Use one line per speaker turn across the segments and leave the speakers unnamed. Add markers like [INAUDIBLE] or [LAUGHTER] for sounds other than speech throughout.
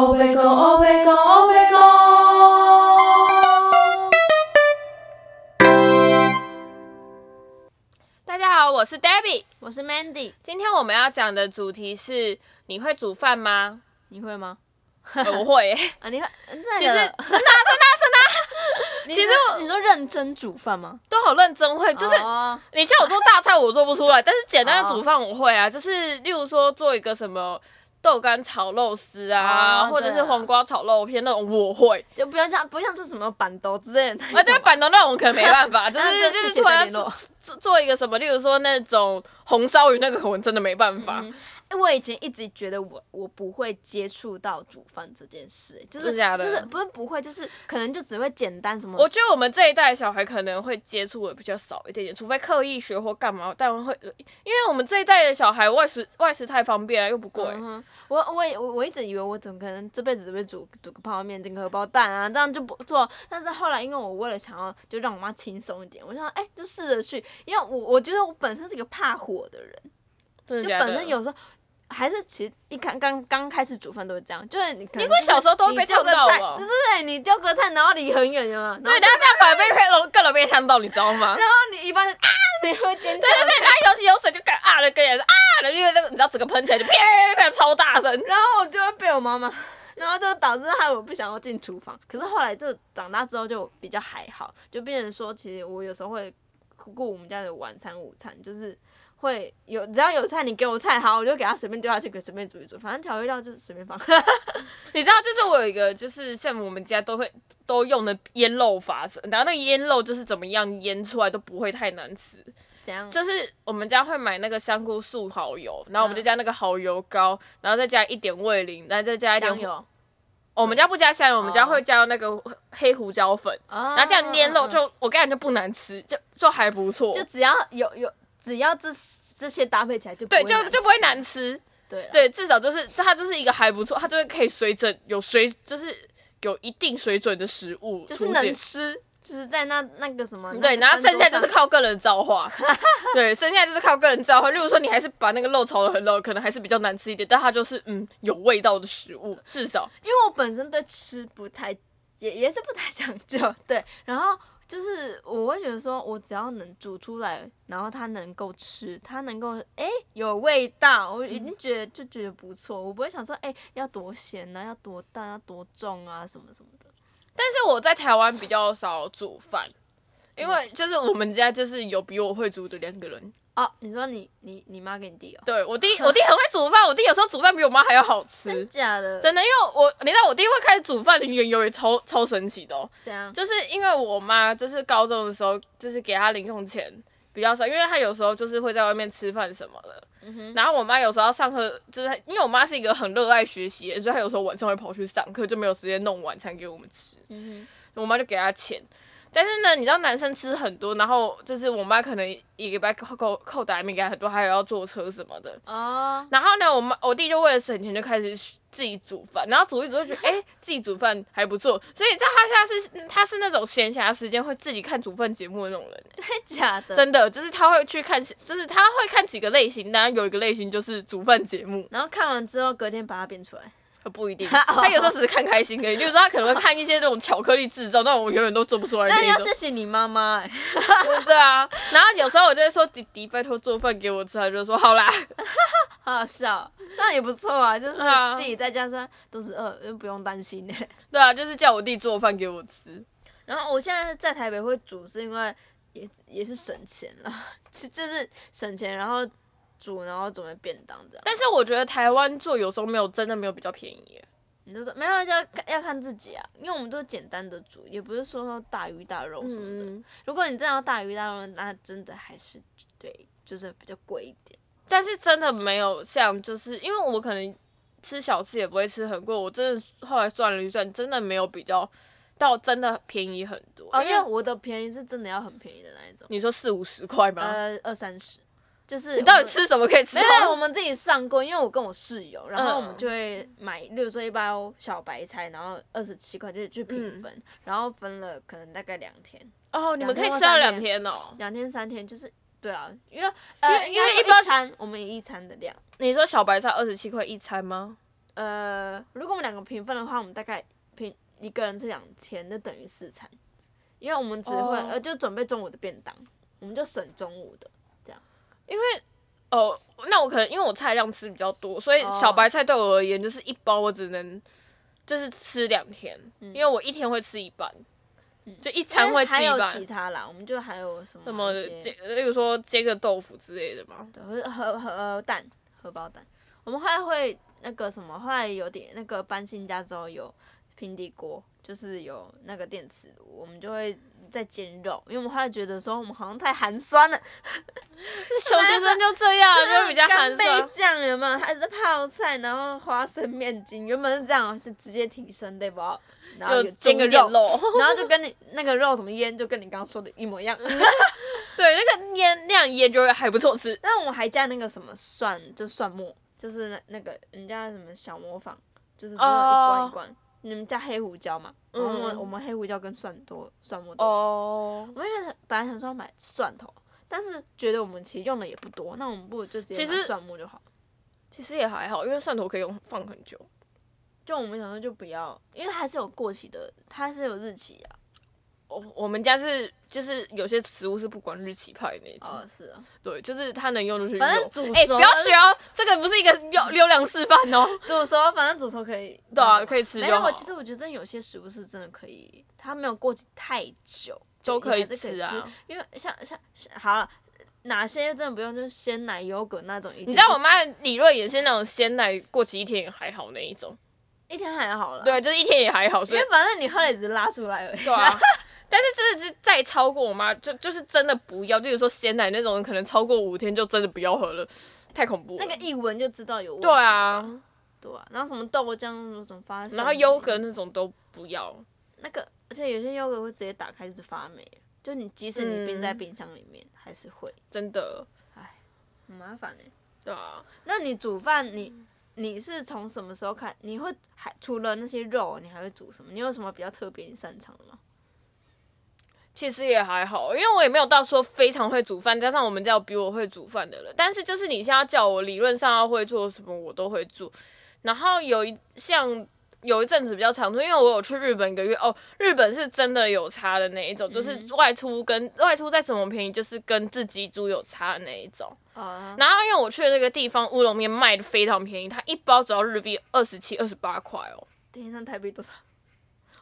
白讲，乌白讲，乌白讲。
大家好，我是 Debbie。
我是 Mandy，
今天我们要讲的主题是：你会煮饭
[LAUGHS]
吗？
你会吗？
呃我会耶、
啊，你会，嗯真的
其实
假
真的
的
啊真的啊
[LAUGHS] 你
其实
说
我
你说认真煮饭吗？
都好认真会，就是
哦
你叫我做大菜我做不出来，但是简单的煮饭我会啊，就是例如说做一个什么豆干炒肉丝啊，
哦
或者
对
是
啊
黄瓜炒肉片那种我会，
就不要像不像是什么板豆之类的
[LAUGHS]
那 [LAUGHS]
啊，对
种吧。
板头那种可能没办 [LAUGHS] 法，就
那
是
这
就
谢
是
谢
突然
再联
做
络
做做一个什么，例如说那种红烧鱼那个，我真的没办法，
哎我以前一直觉得我我不会接触到煮饭这件事，欸就
真
是
的假的
就是不是不会，就是可能就只会简单什么。
我觉得我们这一代小孩可能会接触的比较少一点点，除非刻意学或干嘛，但会因为我们这一代的小孩外食外食太方便了，又不贵。
嗯哼我我也我我一直以为我怎么可能这辈子只会煮煮个泡面、煎个荷包蛋啊，这样就不做。但是后来因为我为了想要就让我妈轻松一点，我想哎、就试着去，因为我我觉得我本身是一个怕火的人。
真的
就
假的？
本身有时候还是其实一刚刚刚开始煮饭都是这样，就是你可能
因为小时候都会
你
被
丢
烫
个
到
菜
吧
对对对，你丢个菜然后离很远嘛，然
对，
后
但但反而被黑龙更容易被烫到，你知道 [LAUGHS] 吗？
然后你一般就啊，你会尖叫
对，对对，然后尤其有水就敢啊的跟人家说啊的，因为那个你知道整个喷起来就啪啪啪啪超大声。
然后我就会被我妈 [LAUGHS] 妈。然后就导致害我不想要进厨房，可是后来就长大之后就比较还好，就变成说，其实我有时候会顾我们家的晚餐、午餐，就是会有只要有菜，你给我菜好，我就给他随便丢下去，给随便煮一煮，反正调味料就随便放。 [LAUGHS]
[LAUGHS] 你知道，就是我有一个，就是像我们家都会都用的腌肉法，然后那个腌肉就是怎么样腌出来都不会太难吃。
怎样？
就是我们家会买那个香菇素蚝油，然后我们就加那个蚝油膏，然后再加一点味淋，然后再加一点
香油，
哦我们家不加香油，我们家会加那个黑胡椒粉，
然
然后这样腌肉就我感觉就不难吃，就就还不错，
哦就只要有有，只要这这些搭配起来就不
对，
会
就
难吃
就不会难吃。
对啦，
对，至少就是它就是一个还不错，它就是可以水准有水，就是有一定水准的食物
就
出
是
现。
能吃，就是在那那个什么
对，然后剩下啊就是
看
靠个人造 [LAUGHS] 化，对，剩下就是靠个人造化。例如说，你还是把那个肉炒得很老，可能还是比较难吃一点，但它就是嗯有味道的食物，至少
因为我本身对吃不太也也是不太讲究，对，然后。就是我会觉得说，我只要能煮出来，然后它能够吃，它能够哎、有味道，我已经觉得、就觉得不错，我不会想说哎、要多咸啊，要多淡，要多重啊，什么什么的。
但是我在台湾比较少煮饭，因为就是我们家就是有比我会煮的两个人。
哦，你说你你你妈跟你弟哦，
对我弟， [LAUGHS] 我弟很会煮饭，我弟有时候煮饭比我妈还要好吃， [LAUGHS]
假的，
真的。因为我你知道我弟会开始煮饭的缘由也超超神奇的哦，
这样
就是因为我妈就是高中的时候就是给他零用钱比较少，因为他有时候就是会在外面吃饭什么的。然后我妈有时候要上课，就是她因为我妈是一个很热爱学习的人，所以她有时候晚上会跑去上课，就没有时间弄晚餐给我们吃。我妈就给她钱，但是呢，你知道男生吃很多，然后就是我妈可能一个礼拜扣扣扣打没给她很多，还有要坐车什么的。
哦， [LAUGHS]
然后呢，我妈我弟就为了省钱就开始自己煮饭，然后煮一煮就觉得，哎、自己煮饭还不错。所以你知道他现在是他是那种闲暇时间会自己看煮饭节目的那种人，
假的，
真的就是他会去看，就是他会看几个类型，当然有一个类型就是煮饭节目，
[LAUGHS] 然后看完之后，隔天把它变 [LAUGHS] 出来。
呃不一定，他有时候只是看开心而已。例如说他可能会看一些那种巧克力制造，那种我永远都做不出来的
那你
那
要
种
谢。谢你妈妈、哎，
对啊，然后有时候我就会说弟弟拜托做饭给我吃，他就说好啦。
好好笑，这样也不错啊，就是
啊
自己在家说肚子饿，又不用担心呢、哎
对啊，就是叫我弟做饭给我吃。
[LAUGHS] 然后我现在在台北会煮，是因为也也是省钱了， [LAUGHS] 其实就是省钱，然后煮，然后准备便当这样。
但是我觉得台湾做有时候没有真的没有比较便宜耶。
你就说没有，要看要看自己啊，因为我们都简单的煮，也不是说说大鱼大肉什么的。
嗯，
如果你真的要大鱼大肉，那真的还是对，就是比较贵一点。
但是真的没有像就是因为我可能吃小吃也不会吃很贵，我真的后来算了一算，真的没有比较到真的便宜很多。
哦，因
因
为
为
我的便宜是真的要很便宜的那一种。
你说四五十块吗？
呃，二三十，就是
你到底
我们
吃什么可以吃
没有，
到
我？们自己算过，因为我跟我室友，然后我
嗯
们就会买，例如说一包小白菜，然后二十七块就去平
嗯
分，然后分了可能大概两天，
哦，你们可以
两天或
吃到
三
两天哦。
两天三天就是对啊，因为呃，
因为
应
因
该
为
说
一包
餐我们一餐的量，
你说小白菜二十七块一餐吗？
呃，如果我们两个平分的话，我们大概平一个人吃两千，就等于四餐，因为我们只会、
哦
呃就准备中午的便当，我们就省中午的。
因为哦，那我可能因为我菜量吃比较多，所以
哦
小白菜对我而言就是一包我只能就是吃两天，因为我一天会吃一半，就一餐会
但是嗯还
吃一
有
半。
其他啦，我们就还有什么
什么
一些
煎，例如说煎个豆腐之类的嘛。
对，荷荷荷呃蛋，荷包蛋。我们后来会那个什么，后来有点那个搬新家之后有平底锅，就是有那个电磁炉，我们就会在煎肉，因为我们后来觉得说我们好像太寒酸了，啊
穷学生就这样，就比较寒
干贝
酸。
酱有没有？还是泡菜，然后花生面筋，原本是这样，哦是直接挺身对不？然后
有
有
煎个
个
点，肉，
然后就跟你那个肉怎么腌，就跟你刚刚说的一模一样。
对，那个腌那样腌就会还不错
[LAUGHS]
吃。
但我还加那个什么蒜，就蒜末，就是那那个人家什么小磨坊，就是不是有一罐一罐你们加黑胡椒嘛？然后我们、
哦嗯
我们黑胡椒跟蒜多蒜末多。
哦，
我们原本本来想说买蒜头，但是觉得我们其实用的也不多，那我们不如就直接
其
买
实
蒜末就好。
其实也还好，因为蒜头可以用放很久。
就我们想说就不要，因为它是有过期的，它是有日期啊。
我我们家是就是有些食物是不管日期派那种，
哦，是啊，
对，就是它能用就去用。
反正煮
哎、
熟
不要
了
学哦，这个不是一个流流量示范哦。
煮熟反正煮熟可以。
对啊，可以吃
没
就
有，
好。
我其实我觉得真的有些食物是真的可以，它没有过期太久
都可以
以
吃
吃
啊
因为像像像好了，哪些真的不用，就是鲜奶、优格那种一定不行。
你知道我妈李瑞也是那种鲜奶过期一天也还好那一种，
一天还好了，，
对，就是一天也还好，所
因 [LAUGHS]
以
为反正你喝了也只是拉出来而已。
对啊。 [LAUGHS] 但是真的是再超过我妈，就就是真的不要，例如说鲜奶那种，可能超过五天就真的不要喝了，太恐怖了。
那个一闻就知道有问题。
对，啊，
对啊。然后什么豆浆、什么什么发酵，
然后优格那种都不要，
那个，而且有些优格会直接打开就是发霉了，就你即使
嗯
你冰在冰箱里面，还是会
真的，
很麻烦欸呢、
对啊。
那你煮饭，你你是从什么时候开？你会还除了那些肉，你还会煮什么？你有什么比较特别你擅长的吗？
其实也还好，因为我也没有到说非常会煮饭，加上我们家有比我会煮饭的人。但是就是你现在叫我理论上要会做什么，我都会做。然后有一像有一阵子比较常做，因为我有去日本一个月哦，日本是真的有差的那一种，就是外出跟外出再怎么便宜，就是跟自己煮有差的那一种。
啊、
然后因为我去的那个地方乌龙面卖的非常便宜，它一包只要日币二十七、二十八块哦，
天，那台币多少？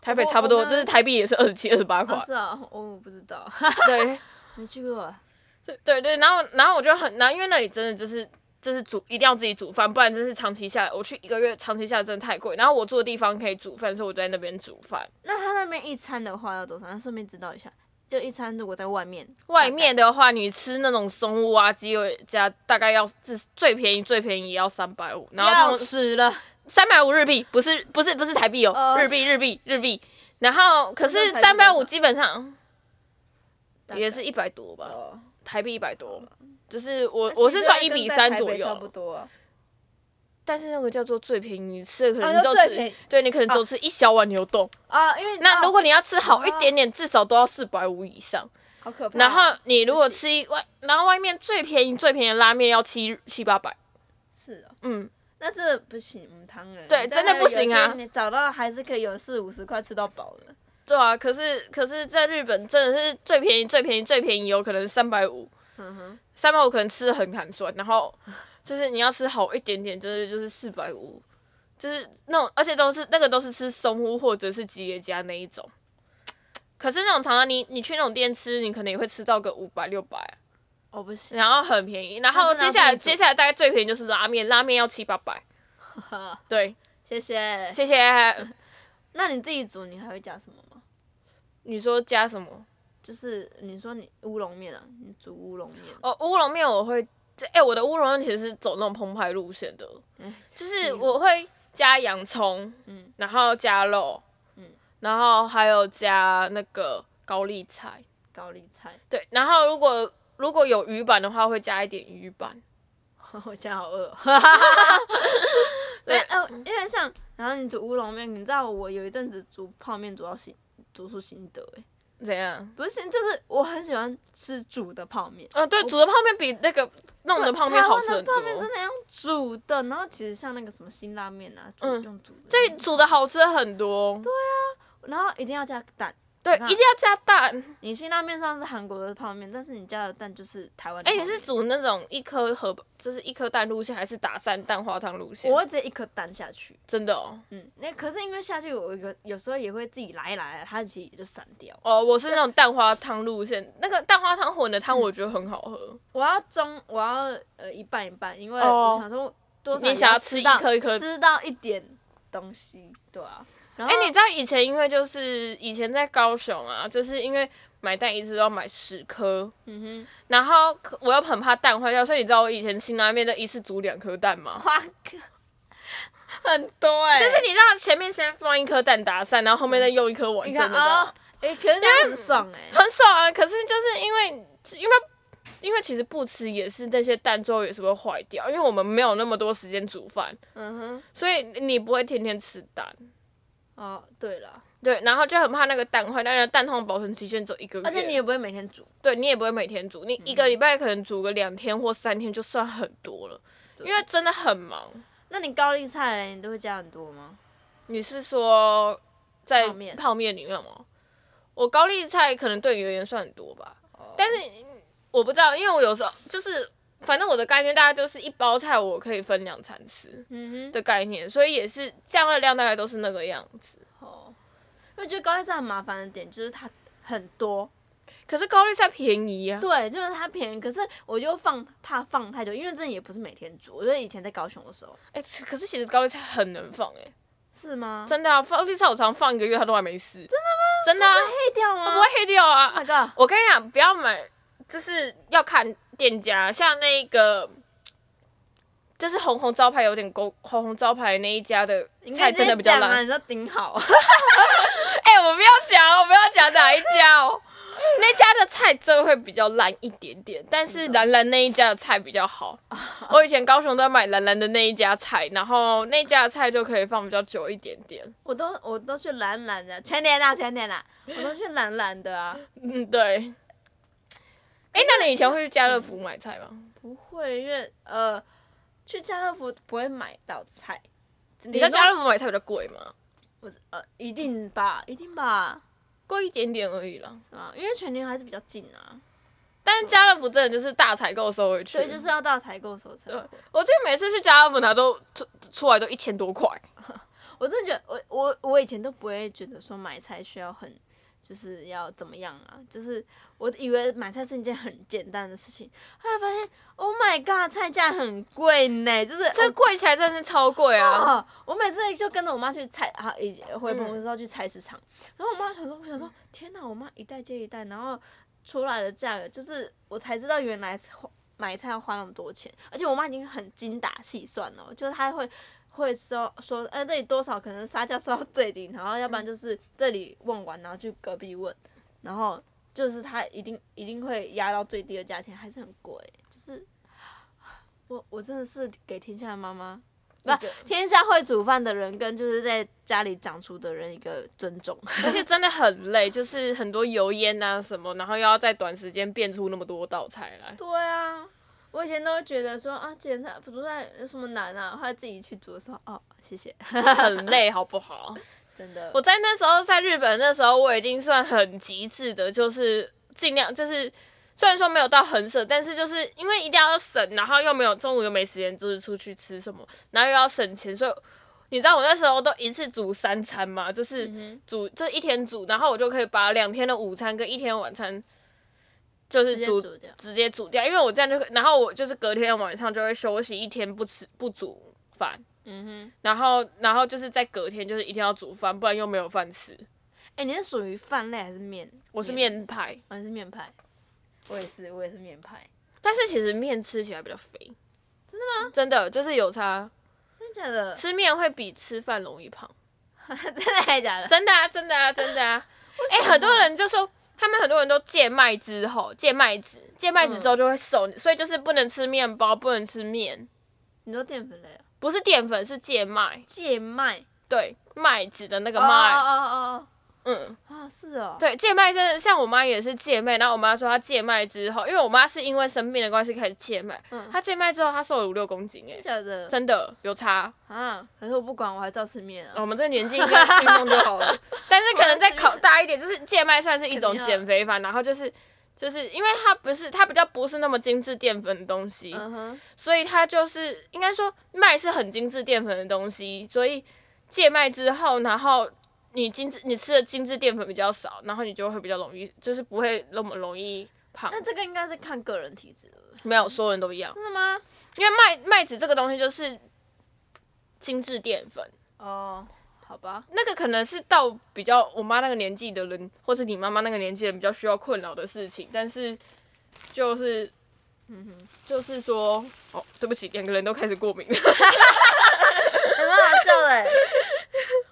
台北差不多，
我我
就是台币也是二十七、哦二十八块 [LAUGHS]
啊，，是啊，哦我不知道，
对。
[LAUGHS] 没去过啊。
对对对，然后然后我就很难，因为那里真的就是就是煮一定要自己煮饭，不然真是长期下来，我去一个月长期下来真的太贵。然后我住的地方可以煮饭，所以我就在那边煮饭。
那他那边一餐的话要多少？那顺便知道一下，就一餐如果在外面，
外面的话，你吃那种松屋啊、鸡尾家，大概要至最便宜最便宜也要三百五，然后
要
通
死了，
三百五日币，不是不是不是台币哦，
哦
日币日币日币。然后可是
那台
三
币
百
多少
五基本上
大概
也是一百多吧，
哦。
台币一百多，就是我
那其实
我是算
跟
一比
在
三
台
左
北
右，
差不多啊。
但是那个叫做最便宜，你吃的可
啊
能
叫
就
最
吃，
便宜
对你可能只有吃一小碗牛冻。
啊，因为
那如
哦
果你要吃好一点点，至少都要四百五以上。
好可怕哦，
然后你如果吃一外，然后外面最便宜最便宜的拉面要七七八百，
是哦，
嗯，
那真的不行，嗯，汤人
对真的不行啊
你找到还是可以有四五十块吃到饱的。
对啊。可是可是在日本真的是最便宜最便宜最便宜，有可能三百五，
嗯哼，
三百五可能吃的很寒酸，然后就是你要吃好一点点，就是就是四百五，就是那种，而且都是那个都是吃松屋或者是吉野家那一种。可是那种常常你你去那种店吃，你可能也会吃到个五百六百，
我不行，
然后很便宜。然
那
后
真
接
的要
下来
自己
接
煮
下来大概最便宜就是拉面，拉面要七八百。对，
谢谢。
谢
[LAUGHS]
谢。
那你自己煮，你还会加什么吗？
你说加什么？
就是你说你乌龙面啊，你煮乌龙面，
哦，乌龙面我会，这哎、我的乌龙面其实是走那种澎湃路线的，就是我会加洋葱，
哎嗯
然后加肉，
嗯
然后还有加那个高丽菜，
高丽菜。 [LAUGHS]
对，然后如果如果有鱼板的话，会加一点鱼板，
我现在好饿哦。 [LAUGHS] 对，呃，因为像然后你煮乌龙面，你知道我有一阵子煮泡面煮到心煮出心得哎、
怎样？
不是，就是我很喜欢吃煮的泡面。
啊，对，煮的泡面比那个弄的泡面好吃
哦
很
台湾的
多哦
泡。面真的用煮的，然后其实像那个什么辛拉面啊，煮
嗯
用煮的，
这煮的好吃很多，
然后一定要加蛋。
对，
那哦
一定要加蛋。
你辛拉面算是韩国的泡面，但是你加的蛋就是台湾的
哎、
泡面。
你是煮那种一颗荷，就是一颗蛋路线，还是打散蛋花汤路线？
我会直接一颗蛋下去，
真的哦，
嗯，那可是因为下去我有一个有时候也会自己来一来，它其实也就散掉。
哦，我是那种蛋花汤路线，那个蛋花汤混的汤我觉得很好喝。
我要中，我要呃一半一半，因为
哦
我想说多少
你想要
要
吃一
到
颗一颗
吃到一点东西，对啊。然
哎、
后
你知道以前因为就是以前在高雄啊，就是因为买蛋一直都要买十颗，
嗯
然后可我又很怕蛋坏掉，所以你知道我以前辛拉面的一次煮两颗蛋吗
哼，？哇，很多哎、
哦就是你知道前面先放一颗蛋打散，然后后面再用一颗完
你
整
看
的蛋，
啊，哎、可是这样很爽哎、
哦 [LAUGHS] 很爽啊。可是就是因为因为因为其实不吃也是那些蛋最后也是会坏掉，因为我们没有那么多时间煮饭，
嗯哼，
所以你不会天天吃蛋。
哦，对了，
对，然后就很怕那个蛋坏，但是蛋筒保存期限只有一个月，
而且你嗯也不会每天煮，
对你也不会每天煮，你一个礼拜可能煮个两天或三天就算很多了，因为真的很忙。
那你高丽菜嘞你都会加很多吗？
你是说在
泡面
泡面里面吗？我高丽菜可能对你而言算很多吧，
哦
但是嗯我不知道，因为我有时候就是，反正我的概念大概就是一包菜我可以分两餐吃
嗯
的概念，所以也是酱的量大概都是那个样子。
哼，哦，因为觉得高丽菜很麻烦的点就是它很多，
可是高丽菜便宜啊呀、
对，就是它便宜，可是我就放怕放太久，因为真的也不是每天煮，我觉得以前在高雄的时候
哎、其可是其实高丽菜很能放哎、
是吗？
真的啊，高丽菜我常放一个月它都还没事。真的吗？真的啊，
黑掉 Oh
它
吗？
不会黑掉啊。
那个
我跟你讲，不要买，就是要看店家，像那个。就是红红招牌有点勾，红红招牌那一家的菜真的比较
你可以直接讲啊，
烂。
你要顶好，
哎、我不要讲，我不要讲哪一家哦。那家的菜真的会比较烂一点点，但是兰兰那一家的菜比较 [LAUGHS] 好。我以前高雄都要买兰兰的那一家菜，然后那家的菜就可以放比较久一点点。
[LAUGHS] 我都我都去懒懒的，全年啦全年啦，我都去懒懒的啊，
嗯，对。哎、那嗯你以前会去家乐福买菜吗？
不会，因为呃，去家乐福不会买到菜，
你
你
在家乐福买菜比较贵吗？
我呃一定吧，一定吧，
贵一点点而已啦。
是吧？因为全年还是比较近啊，
但是家乐福真的就是大采购的时候会去，
对，就是要到采购手才
对
会。
我觉得每次去家乐福，它都出出来都一千多块。
我真的觉得，我我我以前都不会觉得说买菜需要很，就是要怎么样啊？就是我以为买菜是一件很简单的事情，后来发现，Oh my god，菜价很贵呢，就是
[LAUGHS] 这贵起来真的是超贵啊！
啊，我每次就跟着我妈去菜啊，以前回澎湖的时候去菜市场，然后我妈想说，我想说，天哪，我妈一袋接一袋，然后出来的价格就是我才知道原来是花买菜要花那么多钱，而且我妈已经很精打细算了，就是她会。会说说，哎、这里多少？可能杀价算到最低，然后要不然就是这里问完，然后去隔壁问，然后就是她一定一定会压到最低的价钱，还是很贵。就是我我真的是给天下的妈妈
那个
天下会煮饭的人跟就是在家里长出的人一个尊重。
而且真的很累，就是很多油烟啊什么，然后又要在短时间变出那么多道菜来。
对啊，我以前都会觉得说啊，简单不煮饭有什么难啊，后来自己去煮的时候，哦，谢谢，
很累，好不好？
真的。
我在那时候在日本，那时候我已经算很极致的，就是尽量就是。虽然说没有到很省，但是就是因为一定要省，然后又没有中午又没时间，就是出去吃什么，然后又要省钱，所以你知道我那时候都一次煮三餐嘛，
嗯
就是煮、就一天煮，然后我就可以把两天的午餐跟一天的晚餐，就是
直接
煮
煮掉
直接煮掉，因为我这样就可以，然后我就是隔天晚上就会休息一天不吃不煮饭，
嗯哼，
然后然后就是在隔天就是一定要煮饭，不然又没有饭吃。
哎、你是属于饭类还是面？
我是，面派，
我、哦、你是面派。我也是，我也是面派。
但是其实面吃起来比较肥。真的吗？真的就是有差，
真的假的？
吃面会比吃饭容易胖。
[LAUGHS] 真的还假的？
真的啊，真的啊，真的 [LAUGHS] 啊。哎、很多人就说，他们很多人都戒麦之后，戒麦子，戒麦子之后就会瘦，所以就是不能吃面包，不能吃面，
你说淀粉类啊？
不是淀粉，是戒麦，
芥麦。
对，麦子的那个
哦
麦。
哦哦哦。
嗯，
啊，是哦，
对，戒脉真的像我妈也是戒脉，然后我妈说她戒脉之后，因为我妈是因为生病的关系开始戒脉，
嗯
她戒脉之后她瘦了五六公斤、欸，
假的
真的有差。
啊，可是我不管，我还照吃面
我
啊。
们这个年纪应该运动就好
[LAUGHS]
了，但是可能再考大一点，就是戒脉算是一种
肯定要啊
减肥法，然后就是就是因为它不是它比较不是那么精致淀粉的东西，
嗯哼，
所以它就是应该说麦是很精致淀粉的东西，所以戒麦之后，然后你精致你吃的精致淀粉比较少，然后你就会比较容易，就是不会那么容易胖。
那这个应该是看个人体质的，
没有，所有人都一样，
真的吗？
因为麦麦子这个东西就是精致淀粉，
哦，好吧，
那个可能是到比较我妈那个年纪的人，或是你妈妈那个年纪的人比较需要困扰的事情，但是就是。就是说，哦，对不起，两个人都开始过敏了。
还蛮好笑的欸。 [LAUGHS]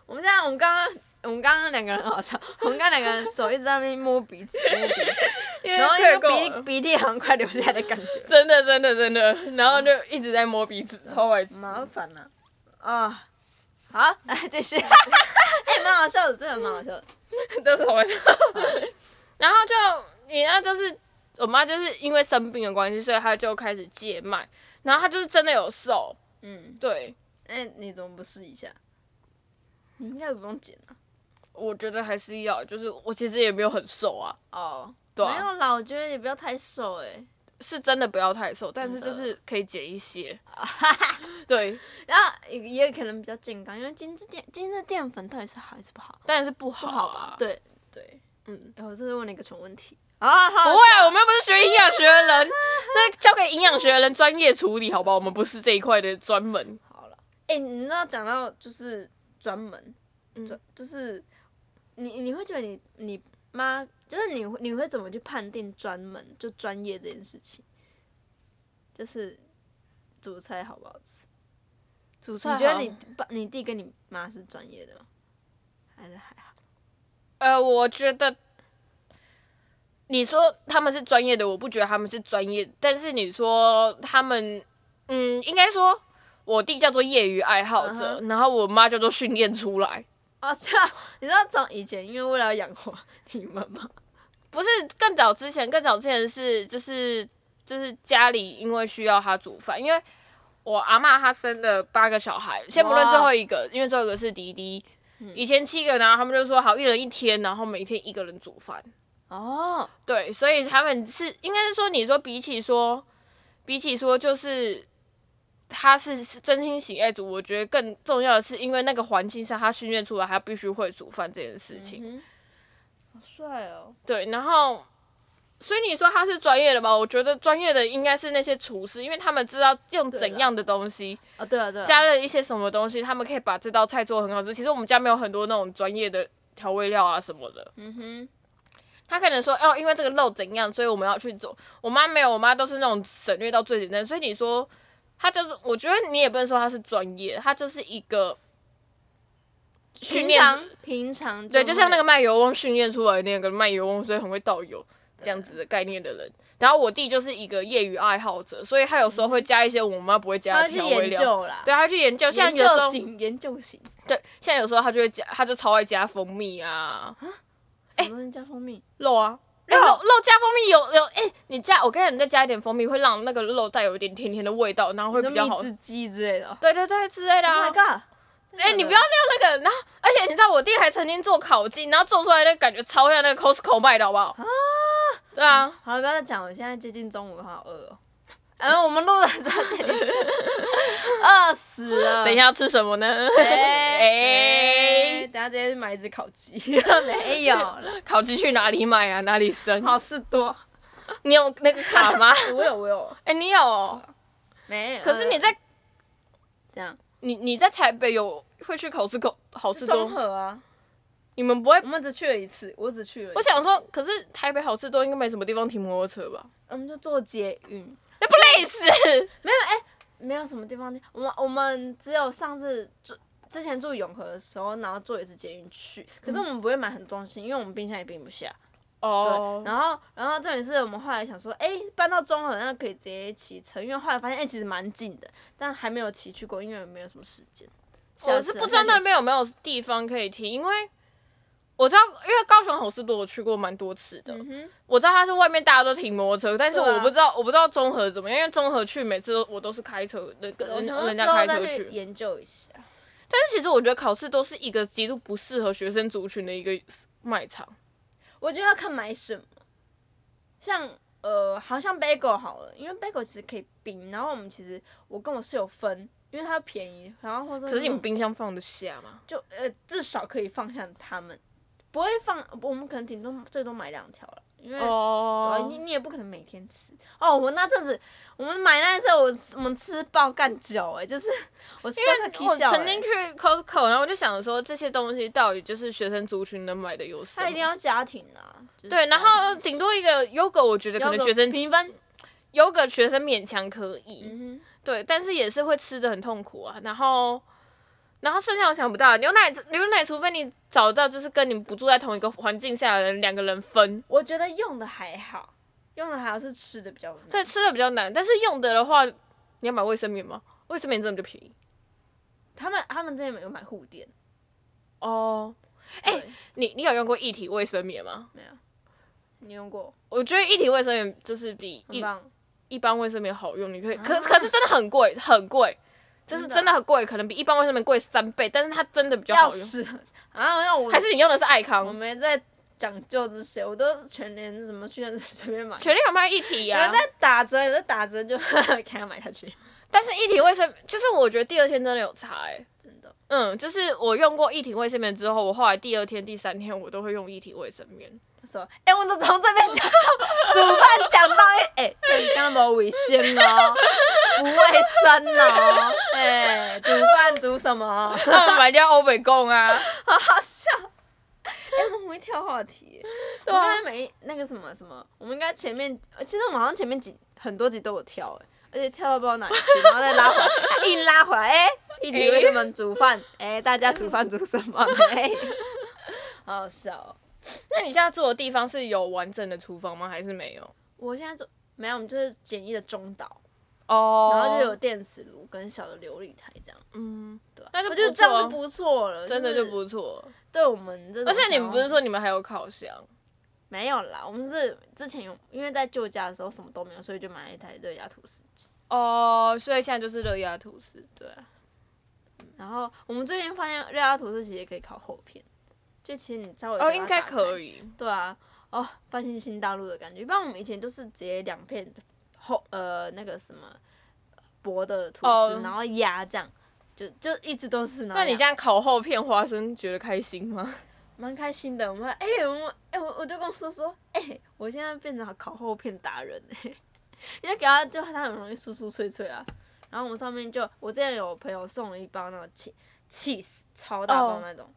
我们现在，我们刚刚，我们刚刚两个人很好笑，我们刚刚两个人手一直在那边摸鼻子，摸鼻 [LAUGHS] 子，
[LAUGHS]
然后
太
那
过
个鼻
了
鼻涕好像快流下来的感觉，
真的真的真的，然后就一直在摸鼻子，超白痴。
麻烦呐。啊，好，来继续。 [LAUGHS] 哎，蛮好笑的，真的蛮好笑的。
都是同人。然后就你那就是我妈就是因为生病的关系，所以她就开始戒脉，然后她就是真的有瘦，
嗯，
对。
那你怎么不试一下？你应该不用剪啊。
我觉得还是要，就是我其实也没有很瘦啊，
哦，
对啊
没有啦，我觉得也不要太瘦哎、
是真的不要太瘦，但是
真
就
的
是可以减一
[LAUGHS]
些。对，
然后也也可能比较健康，因为精致淀精致淀粉到底是好还是不好？
当然是不好
不
啊
好吧？。对对，
嗯，
哎、我这是问了一个蠢问题啊！好
不会啊，我们又不是学营养学的
[LAUGHS]
人，那交给营养学的人专业处理，好吧？我们不是这一块的专门。
好了，哎、你知道讲到就是专门，
嗯
专、就是你你会觉得你你妈就是你会你会怎么去判定专门就专业这件事情？就是煮菜好不好吃？
主持
你觉得你爸你弟跟你妈是专业的吗？还是还好？
呃，我觉得你说他们是专业的，我不觉得他们是专业，但是你说他们，嗯，应该说我弟叫做业余爱好者然后我妈叫做训练出来，
哦， [LAUGHS] 是啊，你知道从以前因为为了要养活你妈妈，
不是更早之前，更早之前是就是就是家里因为需要他煮饭，因为。我阿嬷她生了八个小孩，先不论
哇
最后一个，因为最后一个是迪迪，以前七个，然后他们就说好一人一天，然后每天一个人煮饭，
哦，
对，所以他们是应该是说，你说比起说，比起说就是他是是真心喜爱煮，我觉得更重要的是，因为那个环境下他训练出来，他必须会煮饭这件事情。
嗯哼，好帅哦，
对，然后所以你说他是专业的吧？我觉得专业的应该是那些厨师，因为他们知道用
对
怎
啦
样的东西，
哦，对了对了，
加了一些什么东西，他们可以把这道菜做得很好吃。其实我们家没有很多那种专业的调味料啊什么的，
嗯哼，
他可能说哦，因为这个肉怎样，所以我们要去做。我妈没有，我妈都是那种省略到最简单。所以你说他就是，我觉得你也不能说他是专业，他就是一个训
平
练，
常嗯平常
对，就像那
个
个卖油翁训练出来的那个卖油翁，所以很会倒油这样子的概念的人。然后我弟就是一个业余爱好者，所以他有时候
嗯
会加一些我妈不会加
他
的
去
啊调味
研
料。
究啦，
对，他去研究，像
研
有时
究
候
型研究型，
对，像有时候他就会加，他就超爱加蜂蜜啊，
什么东西加蜂蜜？
肉啊，哎、肉肉加蜂蜜有有哎、你加我跟你你再加一点蜂蜜，会让那个肉带有一点甜甜的味道，然后会
什
比较
么
好
蜜。汁鸡之类的哦。
对对对，之类的、
Oh
啊
my。god！
哎、你不要用那个，然后而且你知道我弟还曾经做烤鸡，然后做出来的感觉超像那个 Costco 卖的，好不好？啊，对啊， [LAUGHS]
好了，不要再讲了，我现在接近中午，好饿 [LAUGHS] 哦。嗯，我们录的时候这里 [LAUGHS] 饿死了。
等一下要吃什么呢？ [LAUGHS]
哎，哎
哎
等下直接去买一只烤鸡， [LAUGHS] 没有了，
烤鸡去哪里买啊？哪里生？
好事多。
你有那个卡吗？ [LAUGHS]
我有我有，
哎、你有哦、
没有。
可是你在
这样
你你在台北有会去考试口好事多？
综合啊，
你们不会
我们只去了一次，我只去了一次，
我想说，可是台北好事多应该没什么地方停摩托车吧？
我们就坐捷运，
那不累死？
没有什么地方。我们我们只有上次住之前住永和的时候，然后坐一次捷运去，可
嗯
是我们不会买很多东西，因为我们冰箱也冰不下。
[LAUGHS] 哦
对，，然后然后重点是我们后来想说，哎，搬到中和那可以直接骑车，因为后来发现哎其实蛮近的，但还没有骑去过，因为没有什么时间。
我是不知道那边
有。
有没有地方可以停，因为我知道，因为高雄好事多我去过蛮多次的，
嗯哼，
我知道它是外面大家都停摩托车，但是
对啊
我不知道、我不知道综合怎么样，因为综合去每次都我都是开车，人跟
啊我
人
想说
人
之
家
后
开
再
车
去
去。
研究一下。
但是其实我觉得考试都是一个极度不适合学生族群的一个卖场。
我觉得要看买什么，像呃，好像 bagel 好了，因为 bagel 其实可以冰，然后我们其实我跟我室友分，因为它便宜，然后或者
可是你们
嗯
冰箱放得下吗？
就呃至少可以放下他们，不会放，我们可能顶多最多买两条了，因为。啊，
哦
你，你也不可能每天吃哦。我那阵子，我们买那阵子，我我们吃爆干酒哎、就是我吃到快
我
气笑
曾
欸
经去 Costco，然后我就想说这些东西到底就是学生族群能买的有什
他一定
么？
要家庭啊。就是
对，然
家
后顶多一个 Yoga，我觉得
庭
可能
要
学生
评分，
Yoga 学生勉强可以，
嗯
对，但是也是会吃的很痛苦啊。然后，然后剩下我想不到牛奶，牛奶除非你找到就是跟你不住在同一个环境下的人，两个人分，
我觉得用的还好，用的还好是吃的比较难。
这吃的比较难。但是用的的话，你要买卫生棉吗？卫生棉真的比较便宜
他们他们之前有买护垫，
哦。哎
对
你你有用过一体卫生棉吗？
没有，你用过，
我觉得一体卫生棉就是比
很
一
棒。
一般卫生棉好用，你可以，可
啊
可是真的很贵，很贵。就是
真的
真的很贵，可能比一般卫生棉贵三倍，但是它真的比较
要嗯
好用。
是 [LAUGHS] 啊，那我
还是你用的是爱康
我？没在讲究这些，我都是全年什么去随便买。
全力有卖一体呀、
有在打折，有在打折就 [LAUGHS] 给他买下去，
但是一体卫生，就是我觉得第二天真的有差哎、
真的。
嗯，就是我用过一体卫生棉之后，我后来第二天、第三天我都会用一体卫生棉。
说，哎、我都从这边讲煮饭讲到， [LAUGHS] 哎、欸，这刚刚没卫生哦，不卫生哦，哎、煮饭煮什么？
他们买掉欧北贡
[LAUGHS]
啊，
好笑。哎、我们很会跳话
[LAUGHS]
题耶。我
啊
们刚才每一那个什么什么，我们应该前面，呃其实我们好像前面几很多集都有跳哎，而且跳到不知道哪里去， [LAUGHS] 然后再拉回来，啊硬拉回来哎、一题为什么煮饭？哎、大家煮饭煮什么？
[LAUGHS]
哎、好好笑哦、
那你现在住的地方是有完整的厨房吗？还是没有？
我现在做没有，我们就是简易的中岛，
哦
然后就有电磁炉跟小的琉璃台这样，
嗯，
对吧？
那就
我
不
觉
错啊
得这样就不错了，
真的
是
就不错。
对我们这种
而
想要。
且你们不是说你们还有烤箱？
没有啦，我们是之前有，因为在旧家的时候什么都没有，所以就买了一台热压吐司机。
哦，所以现在就是热压吐司。
对啊、然后我们最近发现热压吐司其实也可以烤厚片，就其实你稍微
哦，应该可
以。
以。
对啊，哦，发现新大陆的感觉，不然我们以前都是直接两片厚呃那个什么薄的吐司，
哦
然后压这样，就就一直都是。
那你这
样
样烤厚片花生，觉得开心吗？
蛮开心的，我们哎、我们哎、我我就跟我说说，哎、我现在变成烤厚片达人哎、因为给他就它很容易酥酥脆脆啊。然后我们上面就我之前有朋友送了一包那种 cheese cheese 超大包
哦
那种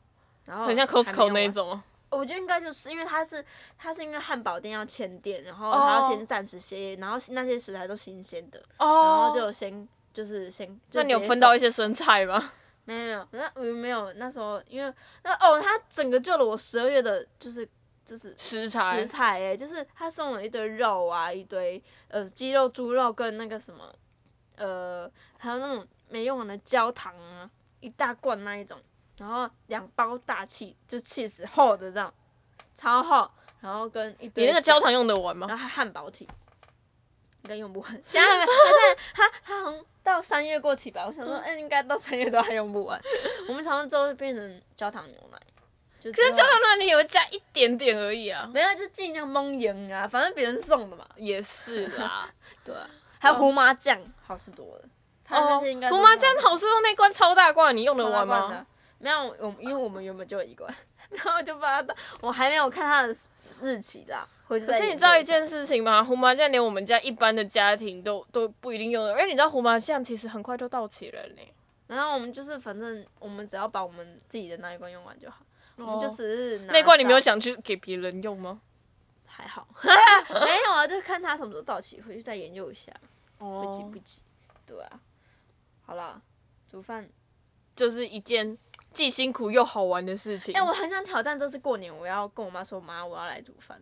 然后
很像
还没
Costco
有
那
完
种。
我觉得应该就是因为它是它是因为汉堡店要签店，然后它要
哦
先暂时歇业，然后那些食材都新鲜的，然
哦
后就先就是先。
那你有分
到
到一些生菜吗？
没有没有，那我没有那时候因为那哦，他整个救了我十二月的，就是就是
食材
[LAUGHS] 食材哎、就是他送了一堆肉啊，一堆呃鸡肉、猪肉跟那个什么呃，还有那种没用完的焦糖啊，一大罐那一种，然后两包大气就气死厚的这样，超厚，然后跟一堆
你那个
酱
焦糖用得完吗？
然后还汉堡体，应该用不完。 [LAUGHS] 现在还没，还在他他好像到三月过期吧。我想
嗯
说，哎、应该到三月都还用不
[LAUGHS]
完。我们常常都会变成焦糖牛奶，就
可是
之
焦
后
糖牛奶你有加一点点而已啊。
没有，就尽量蒙赢啊，反正别人送的嘛。
也是啦，
对啊、还有胡麻酱，好事多了。 [LAUGHS] 他那些应该都
哦胡
是
麻酱好吃哦，那罐超大罐，你用得
超大
完
罐的
吗？。
没有，我们因为我们原本就有一罐， [LAUGHS] 然后就把它当，我还没有看它的日期啦。可
可是你知道一件事情吗？胡麻酱连我们家一般的家庭都都不一定用得完，因为你知道胡麻酱其实很快就到期了呢。
然后我们就是，反正我们只要把我们自己的那一罐用完就好。我们就
哦
是拿
那罐你没有
到
想去给别人用吗？
还好， [LAUGHS] 没有啊，就看它什么时候到期，回去再研究一下，
哦
会急
嗯
不急？对啊，好啦，煮饭
就是一件既辛苦又好玩的事情。
哎、我很想挑战这次过年，我要跟我妈说，妈，我要来煮饭。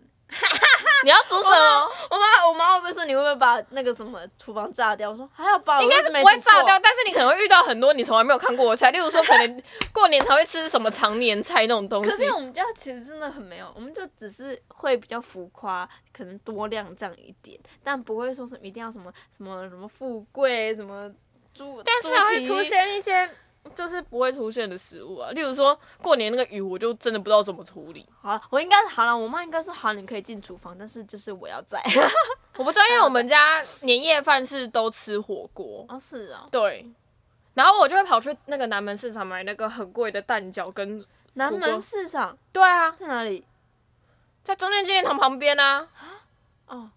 你要煮什么？
我妈，我妈会不会说你会不会把那个什么厨房炸掉？我说还好吧，
应该是
我
不
又没
会
煮
炸
过
掉，。但是你可能会遇到很多你从来没有看过的菜，例如说可 [LAUGHS] 能过年才会吃什么常年菜那种东
可
西
是。我们家其实真的很没有，我们就只是会比较浮夸，可能多量这样一点，但不会说什么一定要什么什么什么富贵什么猪，
但是还会
猪蹄
出现一些就是不会出现的食物啊，例如说过年那个鱼，我就真的不知道怎么处理。
好了，我应该好了，我妈应该说好，你可以进厨房，但是就是我要
[LAUGHS]
在。
我不知道，因为我们家年夜饭是都吃火锅，
哦，是哦，
对。然后我就会跑去那个南门市场买那个很贵的蛋饺跟，
南
火锅
门市场
对啊，
在哪里？
在中正纪念堂旁边啊，
哦，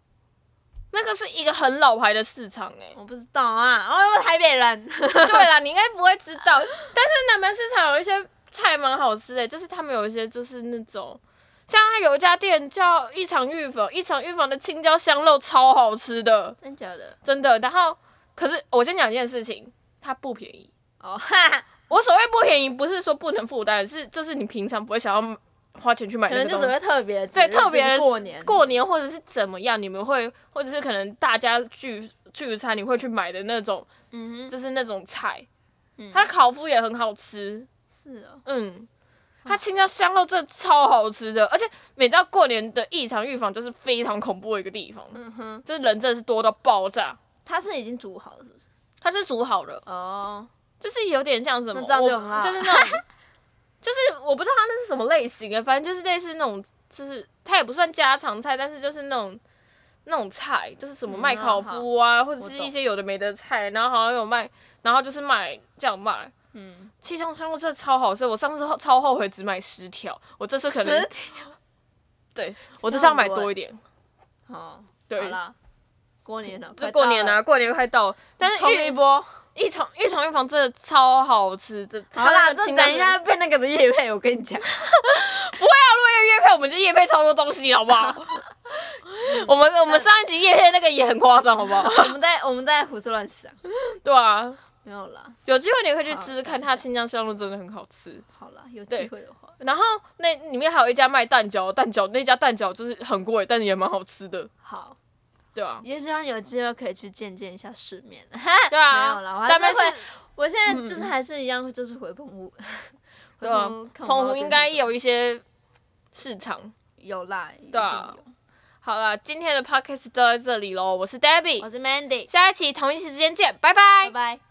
那个是一个很老牌的市场哎、
我不知道啊，哦，我台北人。 [LAUGHS]
对啦，你应该不会知道，但是南门市场有一些菜蛮好吃的，就是他们有一些就是那种，像它有一家店叫一场玉粉，一场玉粉的青椒香肉超好吃的，
真假的？
真的。然后，可是我先讲一件事情，它不便宜。
哦，哈哈，
我所谓不便宜，不是说不能负担，是就是你平常不会想要花钱去买
可
那
能
个
就
东
只
西。
会特别的节
对
日，
特别
就
的
是过年
过年或者是怎么样，你们会或者是可能大家聚聚餐你会去买的那种，
嗯哼，
就是那种菜，
嗯
它烤麸也很好吃，
是哦，
嗯，它青椒香肉真的超好吃的，而且每到过年的异常预防就是非常恐怖的一个地方，
嗯哼，
就是人真的是多到爆炸。
它是已经煮好了，是不是？
它是煮好了，
哦，
就是有点像什么，
那这样就
我
很辣
就是那种，就是我不知道它那是什么类型啊，反正就是类似那种，就是它也不算家常菜，但是就是那种那种菜，就是什么
嗯
卖烤麸啊，或者
我
是
懂
一些有的没的菜，然后好像有卖，然后就是卖这样卖。
嗯，
七香香肉真的超好吃，我上次后超后悔只买十条，我这次可能
十天
对，我就是要买多一点。
哦，
对
好啦，过年了，
就
快
过年
到了
啊，，过年快到了，但是
冲
玉
一波。
一重一重一房真的超好吃，这
好
它
啦，
那
这
个清淡
等一下被那个的叶配，我跟你
[LAUGHS]
讲，
对叶配，我们就叶配超多东西，好不
[LAUGHS]
好？我们我们上一集叶配那个也很夸张，好不
[LAUGHS]
好？
我们在我们在胡思乱想，
对啊，
没有啦，
有机会你可以去吃吃看，它清江香肉真的很好吃。
好啦，有
对
机会的话，
然后那里面还有一家卖蛋饺，蛋饺那家蛋饺就是很贵，但也蛮好吃的，
好，
对啊，
也希望有机会可以去见见一下世面。 [LAUGHS]
对
没
啊
有啦我，还是
但
会
是嗯
我现在就是还是一样，就是回澎湖，
对
回
啊
澎湖，看我
澎
妈
湖
妈
应
跟
该
我说
有一些市场。
有啦，
对啊好了，今天的 podcast 就到这里喽。我是 Debbie，
我是 Mandy，
下一期同一时间见，拜
拜
拜。
拜。